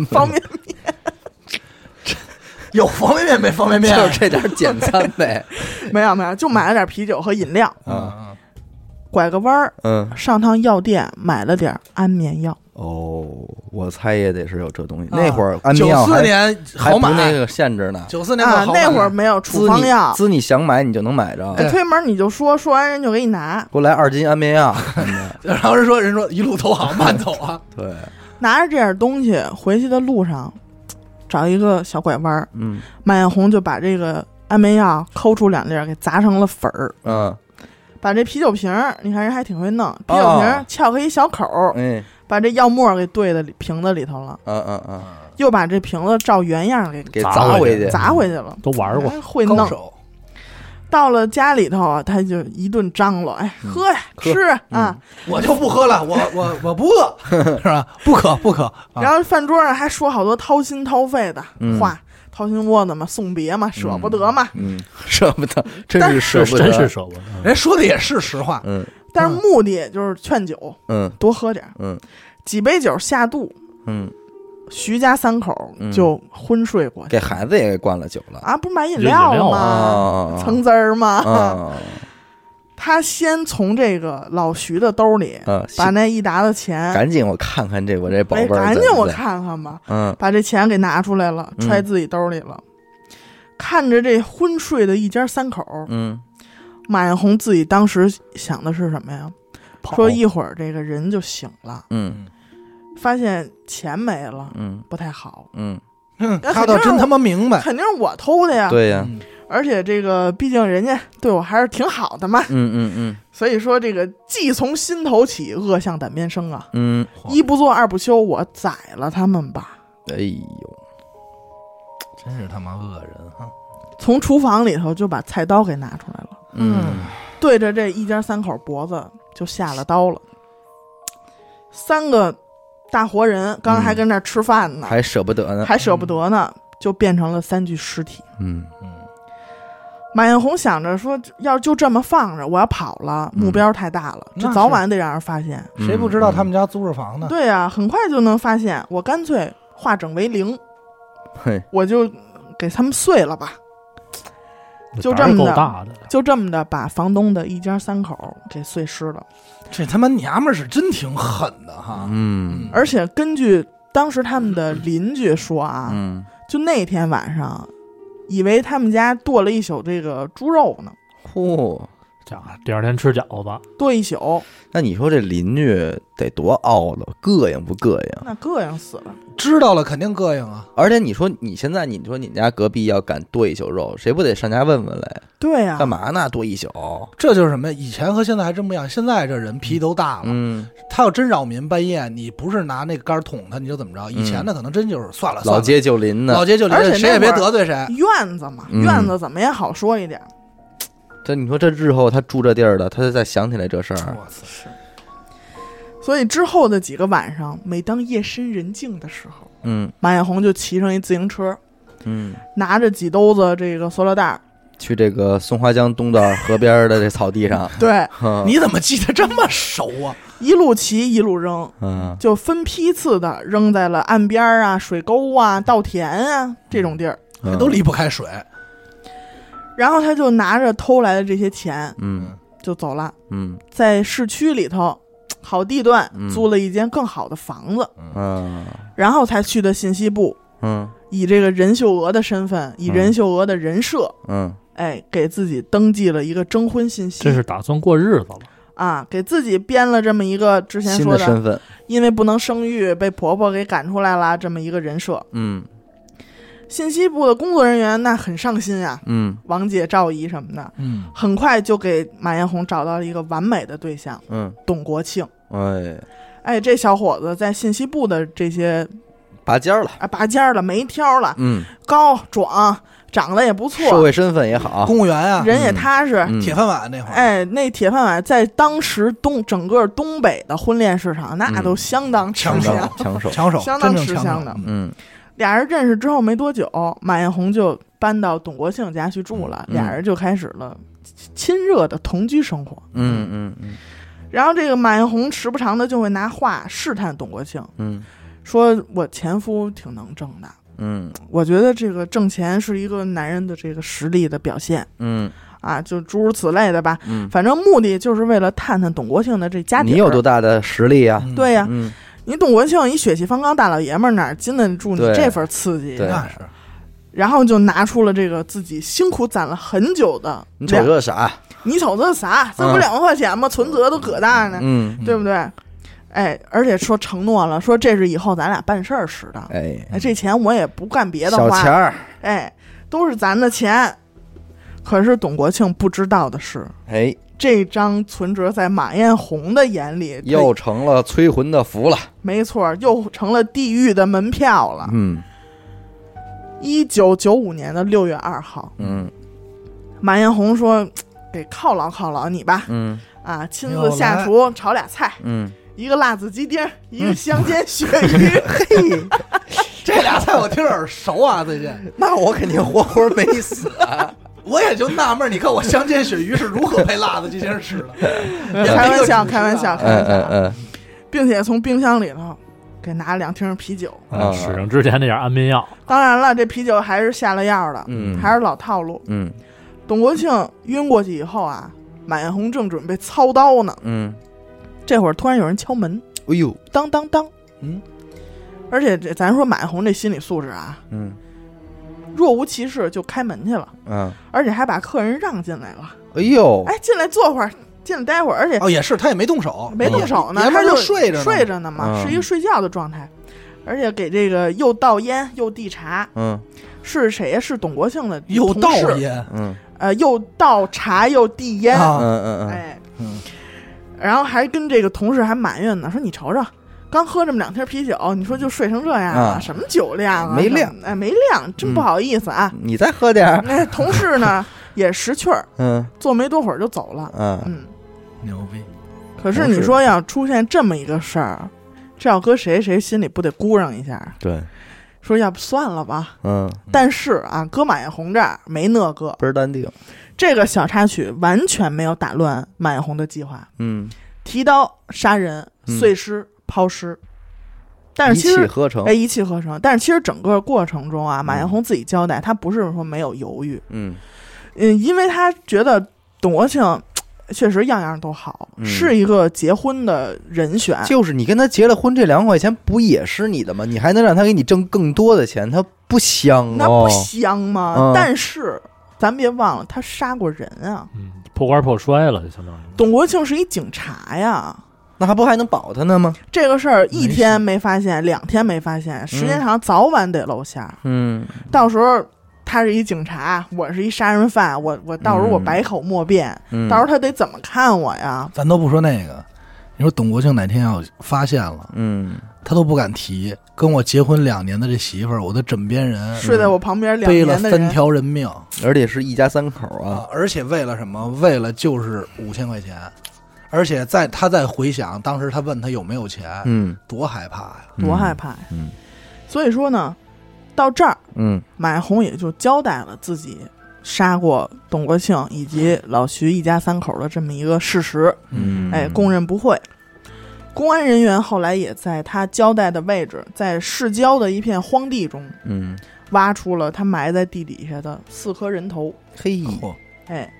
方便 面。有方便面没方便面？啊就是这点儿简餐呗。没有没有，就买了点啤酒和饮料，嗯，拐个弯儿嗯上趟药店买了点安眠药。哦，我猜也得是有这东西。啊那会儿安九眠药四还年还好不那买，个限制呢，九四年啊，好买那会儿没有处滋方你药，滋你想买你就能买着，哎推门你就说，说完人就给你拿，给我来二斤安眠药。然后人说人说一路投行慢走 啊，对，拿着这点东西回去的路上，找一个小拐弯儿，嗯马艳红就把这个安眠药抠出两粒儿，给砸成了粉儿。嗯，把这啤酒瓶儿，你看人还挺会弄，啤酒瓶儿哦撬开一小口儿，哎，把这药沫儿给兑到里瓶子里头了，嗯嗯嗯，又把这瓶子照原样儿给给砸砸回回去去。砸回去了。都玩过，哎会高弄。手到了家里头啊，他就一顿张罗，哎，嗯喝呀，喝吃啊啊，我就不喝了，我我我不饿，是吧？不渴不渴。啊然后饭桌上还说好多掏心掏肺的嗯话，掏心窝子嘛，送别嘛，舍不得嘛。嗯，舍不得，真但是舍是不真是得。舍不得。嗯人说的也是实话，嗯但是目的就是劝酒，嗯多喝点儿，嗯几杯酒下肚，嗯，徐家三口嗯就昏睡过去给孩子也灌了酒了啊，不是买饮料有饮料吗？啊橙汁儿吗？啊 他先从这个老徐的兜里啊！把那一沓的钱，赶紧我看看这我这宝哎，贝儿，赶紧我，看看吧，嗯把这钱给拿出来了，嗯揣自己兜里了。看着这昏睡的一家三口，嗯马艳红自己当时想的是什么呀？跑说一会儿这个人就醒了，嗯发现钱没了，嗯不太好，嗯，哼那他倒真他妈明哎白。肯定是我偷的呀。对呀，嗯而且这个毕竟人家对我还是挺好的嘛，嗯嗯嗯所以说这个计从心头起，恶向胆边生啊。嗯，一不做二不休，我宰了他们吧。哎呦，真是他妈恶人哈！从厨房里头就把菜刀给拿出来了，嗯对着这一家三口脖子就下了刀了。三个大活人刚才还跟那儿吃饭呢，还舍不得呢，还舍不得呢，就变成了三具尸体。嗯嗯，马艳红想着说，要就这么放着，我要跑了，嗯目标太大了，那这是早晚得让人发现。谁不知道他们家租着房呢？对呀、啊很快就能发现，我干脆化整为零，嘿，我就给他们碎了吧。就胆儿这么够的大的，就这么的把房东的一家三口给碎尸了。这他妈娘们儿是真挺狠的哈！嗯而且根据当时他们的邻居说啊，嗯，就那天晚上，以为他们家剁了一宿这个猪肉呢，嚯，这样第二天吃饺子，剁一宿，那你说这邻居得多懊恼，膈应不膈应？那膈应死了。知道了肯定膈应啊！而且你说你现在，你说你们家隔壁要敢剁一宿肉，谁不得上家问问来？对呀、干嘛呢？剁一宿？这就是什么？以前和现在还真不一样。现在这人皮都大了，嗯，他要真扰民，半夜你不是拿那个杆儿捅他，你就怎么着？以前的可能真就是算了，算老了街旧邻呢老，街就离而且那谁也别会儿得罪谁。院子嘛，嗯院子怎么也好说一点。这你说这日后他住这地儿了，他再想起来这事儿，我操！所以之后的几个晚上，每当夜深人静的时候，嗯马艳红就骑上一自行车，嗯，拿着几兜子这个塑料袋 儿，去这个松花江东段河边的这草 地上，对，哼你怎么记得这么熟啊？一路骑一路扔，嗯就分批次的扔在了岸边儿啊、水沟啊、稻田啊这种地儿。嗯都离不开水。然后他就拿着偷来的这些钱嗯就走了，嗯在市区里头好地段嗯租了一间更好的房子，嗯然后才去的信息部，嗯以这个任秀娥的身份，以任秀娥的人设，嗯哎，给自己登记了一个征婚信息，这是打算过日子了。啊，给自己编了这么一个之前新说的的，身份，因为不能生育被婆婆给赶出来了这么一个人设。嗯信息部的工作人员那很上心啊，嗯王姐、赵姨什么的，嗯，很快就给马艳红找到了一个完美的对象嗯， ——董国庆。哎，哎，这小伙子在信息部的这些拔尖儿了，啊拔尖儿了，没挑了，嗯，高壮，长得也不社错，会身份也好，公务员啊，人也嗯踏实。嗯铁饭碗那会儿，哎，那铁饭碗在当时东整个东北的婚恋市场，那嗯都相当吃抢手香，抢手，抢手，相当真正吃抢香手的。嗯俩人认识之后没多久，马艳红就搬到董国庆家去住了，嗯俩人就开始了亲热的同居生活。嗯嗯嗯然后这个马艳红时不常的就会拿话试探董国庆，嗯说我前夫挺能挣的，嗯我觉得这个挣钱是一个男人的这个实力的表现嗯啊，就诸如此类的吧。嗯，反正目的就是为了探探董国庆的这家底儿。你有多大的实力呀？啊嗯对呀、嗯你董国庆一血气方刚大老爷们儿哪儿经得住你对这份刺激？对那是然后就拿出了这个自己辛苦攒了很久的你瞅两，这啥？你瞅这啥？这不嗯两万块钱吗？存折都搁那儿呢，嗯，对不对？哎，而且说承诺了，说这是以后咱俩办事儿使的。哎，哎，这钱我也不干别的小花，钱儿，哎，都是咱的钱。可是董国庆不知道的是，哎，这张存折在马艳红的眼里，这又成了催魂的符了。没错，又成了地狱的门票了。嗯一九九五年的六月二号，嗯马艳红说：“给犒劳犒劳你吧，嗯啊，亲自下厨炒俩菜，嗯，一个辣子鸡丁，一个香煎鳕鱼。嘿，这俩菜我听着耳熟啊，最近 那我肯定活活没死。啊 我也就纳闷儿，你看我香煎鳕鱼是如何配辣子鸡丁吃的？ 开玩笑，开玩啊笑，开嗯玩笑，嗯 并且从冰箱里头给拿了两瓶啤酒。啊嗯使上之前那点安眠药，当然了，这啤酒还是下了药的，嗯还是老套路。嗯董国庆晕过去以后啊，马艳红正准备操刀呢，嗯，这会儿突然有人敲门，哎呦，当当当，嗯，而且这咱说马艳红这心理素质啊，嗯若无其事就开门去了，啊，而且还把客人让进来了。哎呦，哎，进来坐会儿，进来待会儿，而且哦，也是，他也没动手，没动手呢，爷们他儿就就睡着呢睡着呢嘛，嗯是一个睡觉的状态。而且给这个又倒烟又递茶，嗯是谁呀？是董国庆的有同道事，烟嗯呃，又倒茶又递烟，嗯啊，嗯嗯哎，嗯然后还跟这个同事还埋怨呢，说你瞅瞅，刚喝这么两瓶啤酒，你说就睡成这样了，啊什么酒量啊，没什么量，哎，没量，真不好意思啊。嗯，你再喝点儿。那、同事呢也识趣儿，嗯坐没多会儿就走了。嗯，嗯，牛逼，可是你说要出现这么一个事儿，这要搁谁谁心里不得咕囔一下，对，说要不算了吧。嗯，但是啊，搁马艳红这儿没那个，倍儿淡定。这个小插曲完全没有打乱马艳红的计划。嗯，提刀杀人、嗯碎尸、抛尸，但一是其气实呵成哎。一气呵成。但是其实整个过程中啊，马艳红自己交代，她不是说没有犹豫，嗯嗯，因为她觉得董国庆嘖确实样样都好，嗯是一个结婚的人选。就是你跟他结了婚，这两万块钱不也是你的吗？你还能让他给你挣更多的钱，他不香那哦不。香吗？嗯但是咱别忘了，他杀过人啊。嗯，破罐破摔了，就相当于。董国庆是一警察呀，那还不还能保他呢吗？这个事儿一没事天没发现，两天没发现，时间长早晚得露馅儿。嗯到时候他是一警察，我是一杀人犯，我我到时候我百口莫辩，嗯，到时候他得怎么看我呀？咱都不说那个，你说董国庆哪天要发现了，嗯他都不敢提。跟我结婚两年的这媳妇儿，我的枕边人睡嗯在我旁边两背了年的三人，条人命而且是一家三口啊，！而且为了什么？为了就是五千块钱，而且在他在回想当时他问他有没有钱，嗯，多害怕呀！多害怕呀！嗯所以说呢，到这儿嗯马红也就交代了自己杀过董国庆以及老徐一家三口的这么一个事实，嗯，哎，供认不讳。公安人员后来也在他交代的位置，在市郊的一片荒地中嗯，挖出了他埋在地底下的四颗人头。嘿，嚯，哎，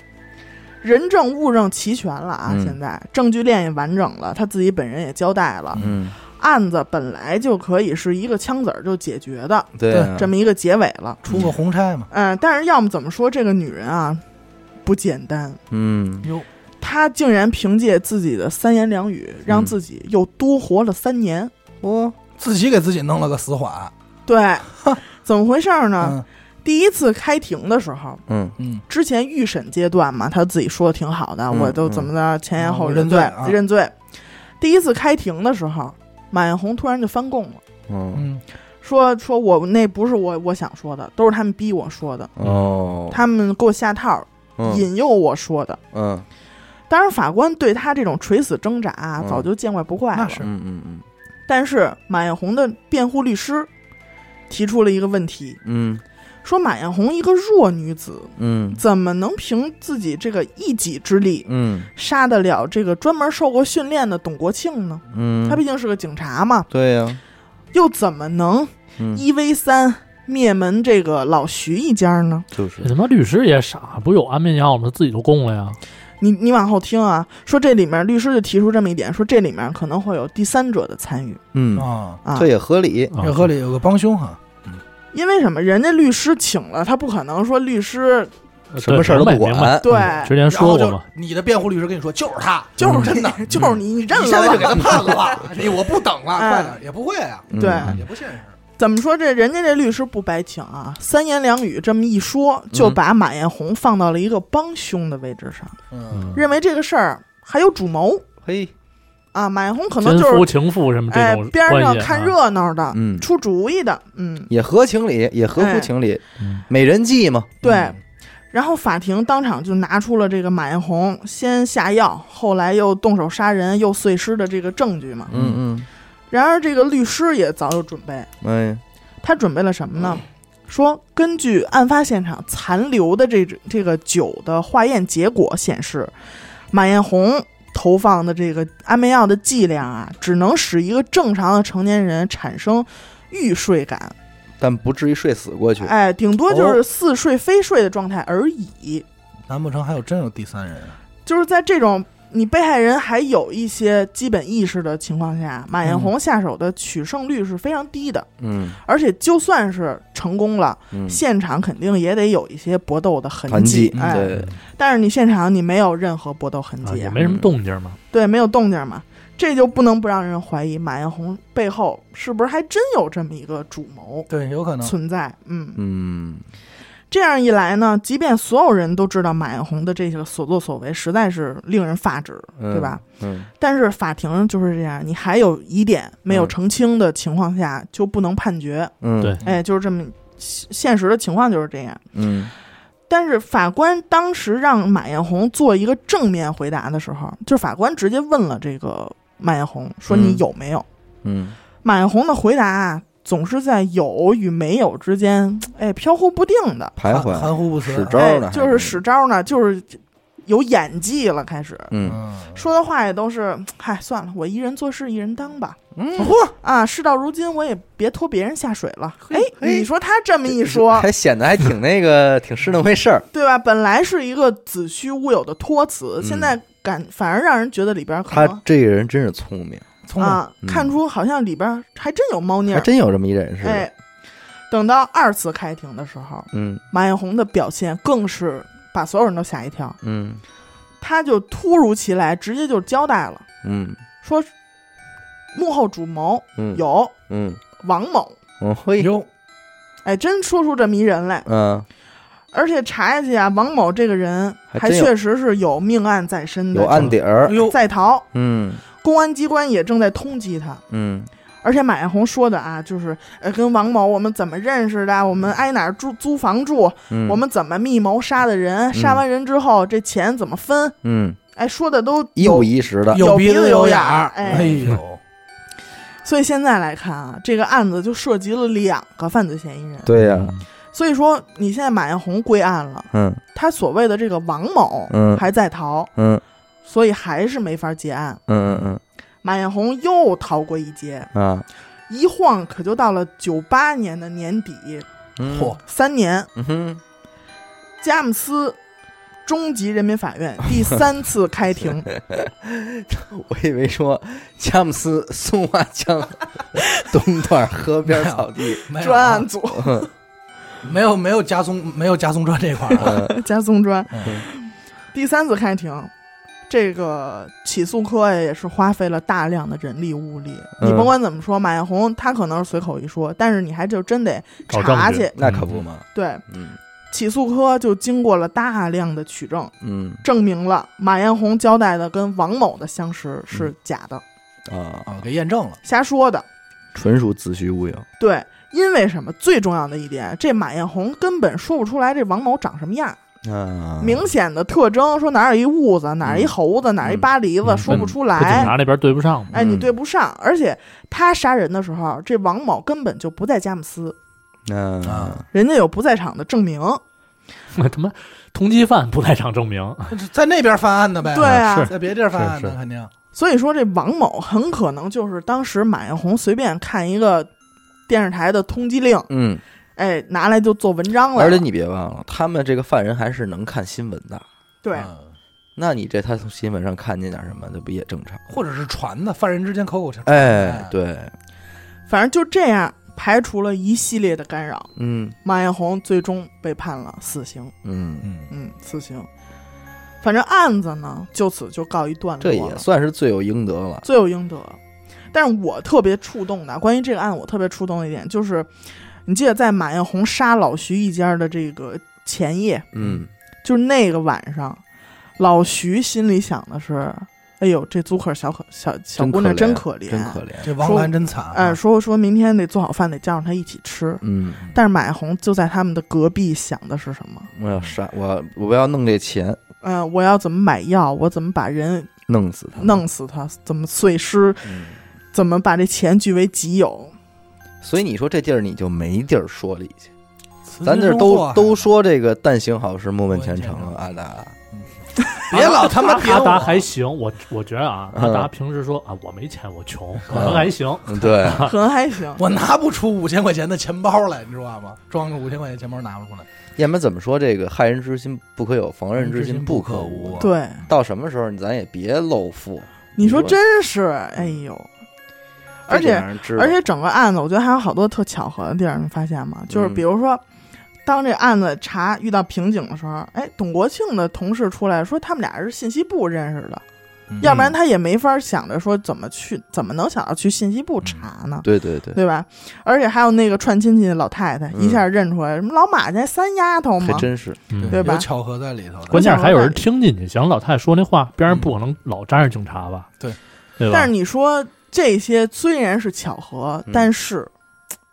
人证物证齐全了啊！嗯现在证据链也完整了，他自己本人也交代了，嗯，案子本来就可以是一个枪子儿就解决的对啊，这么一个结尾了。出个红差嘛！嗯、但是要么怎么说这个女人啊不简单，嗯哟，她竟然凭借自己的三言两语，嗯让自己又多活了三年。哦，自己给自己弄了个死缓。 对，怎么回事儿呢？嗯第一次开庭的时候。嗯嗯，之前预审阶段嘛，他自己说的挺好的，嗯我都怎么的前言后语嗯认对罪啊认罪。第一次开庭的时候，马艳红突然就翻供了，嗯嗯，说说我那不是我我想说的，都是他们逼我说的，哦，他们给我下套，嗯引诱我说的。嗯当然，法官对他这种垂死挣扎啊、嗯早就见怪不怪了那。是嗯嗯但是马艳红的辩护律师提出了一个问题，嗯说马艳红一个弱女子，嗯怎么能凭自己这个一己之力嗯杀得了这个专门受过训练的董国庆呢？嗯，他毕竟是个警察嘛，对呀，又怎么能嗯，一 v 三灭门这个老徐一家呢？就这是他妈律师也傻，不有安眠药吗？他自己就供了呀。你你往后听啊，说这里面律师就提出这么一点，说这里面可能会有第三者的参与嗯，啊，啊这。也合理。啊这河里有个帮凶啊哈，因为什么？人家律师请了，他不可能说律师什么事儿都不明白嗯管，对，之前说过然后嘛就，你的辩护律师跟你说就是他，就是真的， 你，就是你，你认你现在了就给吧。他判了 吧，你我不等了，哎快点，也不会啊，嗯对也不现实。怎么说这人家这律师不白请啊？三言两语这么一说，就把马艳红放到了一个帮凶的位置上，嗯，认为这个事儿还有主谋嘿，啊。马艳红可能奸就夫是情妇什么这哎种边关上系啊看热闹的，嗯，出主意的，嗯，也合情理，也合乎情理，嗯美人计嘛。对。然后法庭当场就拿出了这个马艳红先下药，后来又动手杀人又碎尸的这个证据嘛。嗯然而这个律师也早有准备，嗯，他准备了什么呢？说根据案发现场残留的这这个酒的化验结果显示，马艳红投放的这个安眠药的剂量啊，只能使一个正常的成年人产生欲睡感，哎，但不至于睡死过去。哎，顶多就是似睡非睡的状态而已。难不成还有真有第三人啊？就是在这种你被害人还有一些基本意识的情况下，马艳红下手的取胜率是非常低的，嗯而且就算是成功了。嗯，现场肯定也得有一些搏斗的痕痕迹嗯哎，对，但是你现场你没有任何搏斗痕啊，迹、也没什么动静嘛，对，没有动静嘛，这就不能不让人怀疑马艳红背后是不是还真有这么一个主谋对，有可能。存在。嗯，嗯这样一来呢，即便所有人都知道马艳红的这些所作所为实在是令人发指，嗯对吧？嗯，但是法庭就是这样，你还有疑点没有嗯澄清的情况下，就不能判决。嗯对，哎，就是这么现现实的情况就是这样。嗯但是法官当时让马艳红做一个正面回答的时候，就是法官直接问了这个马艳红说：“嗯你有没有？”嗯马艳红的回答啊，总是在有与没有之间，哎，飘忽不定的，徘含徊，含糊不辞。使招哎儿呢，，就是使招呢，就是有演技了，开始嗯嗯，说的话也都是，嗨，算了，我一人做事一人当吧。嗯，啊，事到如今，我也别拖别人下水了。哎，嘿你说他这么一说，还显得还挺那个，挺是那回事儿。对吧？本来是一个子虚乌有的托词，嗯现在感反而让人觉得里边可他能这个人真是聪明，聪明，啊，嗯看出好像里边还真有猫腻还儿。真有这么一人似的。哎，等到二次开庭的时候，嗯马艳红的表现更是把所有人都吓一跳，嗯他就突如其来，直接就交代了，嗯说幕后主谋嗯，有嗯王某。嗯，嘿，哟，哎，真说出这么一人来，嗯，而且查下去啊，王某这个人还还真有确实是有命案在身的，有案底儿。哟，在逃，嗯公安机关也正在通缉他。嗯而且马艳红说的啊，就是呃，跟王某我们怎么认识的，我们挨哪儿住租房住，嗯，我们怎么密谋杀的人，杀完人之后这钱怎么分，嗯哎，说的都一五一十的。有鼻鼻子子有眼眼儿儿，哎呦，所以现在来看啊，这个案子就涉及了两个犯罪嫌疑人。对哎呀、所以说，你现在马艳红归案了，嗯他所谓的这个王某嗯还在逃，嗯所以还是没法结案。嗯嗯马艳红又逃过一劫，嗯啊，一晃可就到了九八年的年底，嗯嚯，三年。嗯哼，佳木斯中级人民法院第三次开庭，我以为说佳木斯松花江东段河边草地，嗯没有专啊案组没有没有加松没有加松砖这 块儿啊，嗯加松专嗯第三次开庭。这个起诉科呀，也是花费了大量的人力物力。嗯你甭管怎么说，马艳红她可能是随口一说，但是你还就真得找查证据去。那可不嘛，对，嗯起诉科就经过了大量的取证，嗯证明了马艳红交代的跟王某的相识是假的，啊，啊，给验证了，瞎说的。纯属子虚乌有，对，因为什么？最重要的一点，这马艳红根本说不出来这王某长什么样，啊，嗯明显的特征，说哪儿有一痦子，哪儿一猴子，哪儿一巴黎子，嗯说不出来。跟警察那边对不上嘛，哎，你嗯对不上，而且他杀人的时候，这王某根本就不在佳木斯，啊啊，人家有不在场的证明。啊我他妈通缉犯不在场证明，在那边犯案的呗，对啊，是在别地儿犯案是的是肯定，所以说这王某很可能就是当时马艳红随便看一个电视台的通缉令，嗯，哎，拿来就做文章了。啊而且你别忘了，他们这个犯人还是能看新闻的，对，嗯那你这他从新闻上看见点什么，这不也正常？或者是传的，犯人之间口口相传。哎，，对，反正就这样排除了一系列的干扰，嗯马艳红最终被判了死刑。嗯，嗯，嗯，死刑。反正案子呢，就此就告一段落这了，也算是罪有应得了。罪有应得。但是我特别触动的，关于这个案，我特别触动的一点就是，你记得在马艳红杀老徐一家的这个前夜，嗯，就是那个晚上，老徐心里想的是：“哎呦，这租客小可小小真姑可娘怜，真真可怜，可怜。这王兰真惨啊。哎，说说明天得做好饭，得叫上她一起吃。嗯，但是马艳红就在他们的隔壁想的是什么？我要杀我要，我要弄这钱，嗯、我要怎么买药？我怎么把人弄死他。弄死他？怎么碎尸？嗯，怎么把这钱据为己有？所以你说这地儿你就没地儿说理去。慈咱禧这生祸都害都说这个但行好事，莫问前程啊莫问前程啊，阿达。别老他妈阿点达我，还行，我我觉得啊，嗯阿达平时说啊，我没钱，我穷，可能还行。嗯，对，可能还行。我拿不出五千块钱的钱包来，你知道吗？装着五千块钱钱包拿不出来。 要么怎么说这个害人之心不可有，防人之心不可无。啊我，对，到什么时候咱也别露富，你说你说真是，哎呦！而这且让人知道而且整个案子，我觉得还有好多特巧合的地儿，你发现吗？就是比如说，当这案子查遇到瓶颈的时候，哎，董国庆的同事出来说他们俩是信息部认识的，嗯要不然他也没法想着说怎么去，怎么能想到去信息部查呢？对对对，对吧？而且还有那个串亲戚的老太太，嗯一下认出来，什么老马家三丫头还嘛，真是。嗯对吧有巧合在里头的。关键是还有人听进去，想老太太说那话，边嗯上不可能老扎着警察吧？对，但对吧是？你说这些虽然是巧合，嗯但是嘖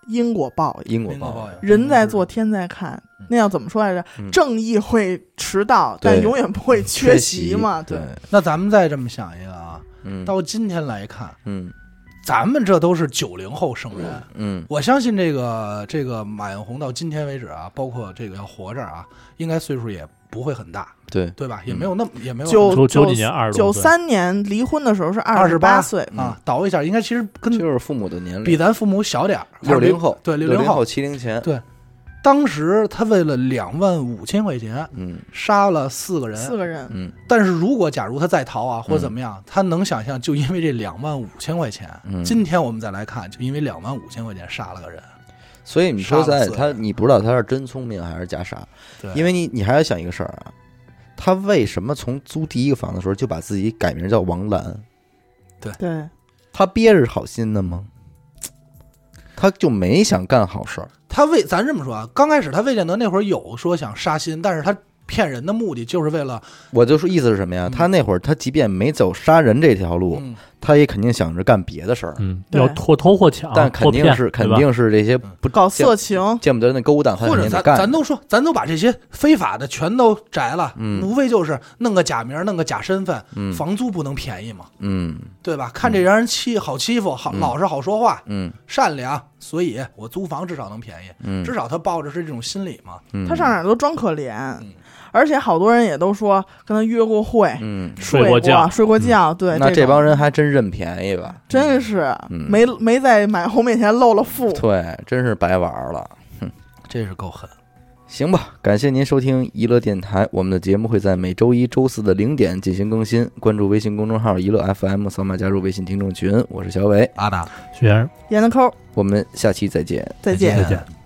因果报应，因果因果报啊报应，人在做天在看嗯，那要怎么说来着？嗯正义会迟到，对但永远不会缺席嘛。对，那咱们再这么想一个啊，嗯，到今天来看，嗯咱们这都是九零后生人。嗯我相信这个这个马艳红到今天为止啊，包括这个要活着啊，应该岁数也不会很大，对，对吧？也没有那么、也没有九九九几年二十九多岁，三年离婚的时候是二十28岁，嗯嗯啊，倒一下，应该其实跟就是父母的年嗯比龄，咱父母小点儿，六零后，对六六零后后。七零前，当时他为了两万五千块钱嗯杀了四个人，四个人，嗯但是如果假如他再逃啊，或者怎么样，他能想象，就因为这两万五千块钱，嗯，今天我们再来看，就因为两万五千块钱杀了个人，所以你说杀了在四他，你不知道他是真聪明还是假傻，对因为你你还要想一个事儿啊，他为什么从租第一个房的时候就把自己改名叫王兰？对，他憋着好心的吗？他就没想干好事儿，他为咱这么说啊，刚开始他魏建德那会儿有说想杀心，但是他骗人的目的就是为了，我就说意思是什么呀？嗯他那会儿他即便没走杀人这条路，嗯，他也肯定想着干别的事儿，嗯，对要或偷或抢，但肯定或是骗对肯吧定是这些嗯不嗯搞色情，见不得人的勾当，他或肯者定咱得干。咱都说，咱都把这些非法的全都摘了，嗯无非就是弄个假名，弄个假身份，嗯房租不能便宜嘛，嗯对吧？看这让人欺好欺负，好、嗯老实好说话，嗯善良，所以我租房至少能便宜，嗯，至少他抱着是这种心理嘛，嗯他上哪儿都装可怜嗯，而且好多人也都说跟他约过会，嗯，睡睡过觉睡过觉，嗯对，那这这种帮人还真认便宜吧？真是嗯没没在马红面前露了富。对，真是白玩儿了。这是够狠。行吧，感谢您收听娱乐电台，我们的节目会在每周一周四的零点进行更新。关注微信公众号“娱乐 FM”，扫码加入微信听众群。我是小伟，阿达，学生严的抠，我们下期再见。再见再见。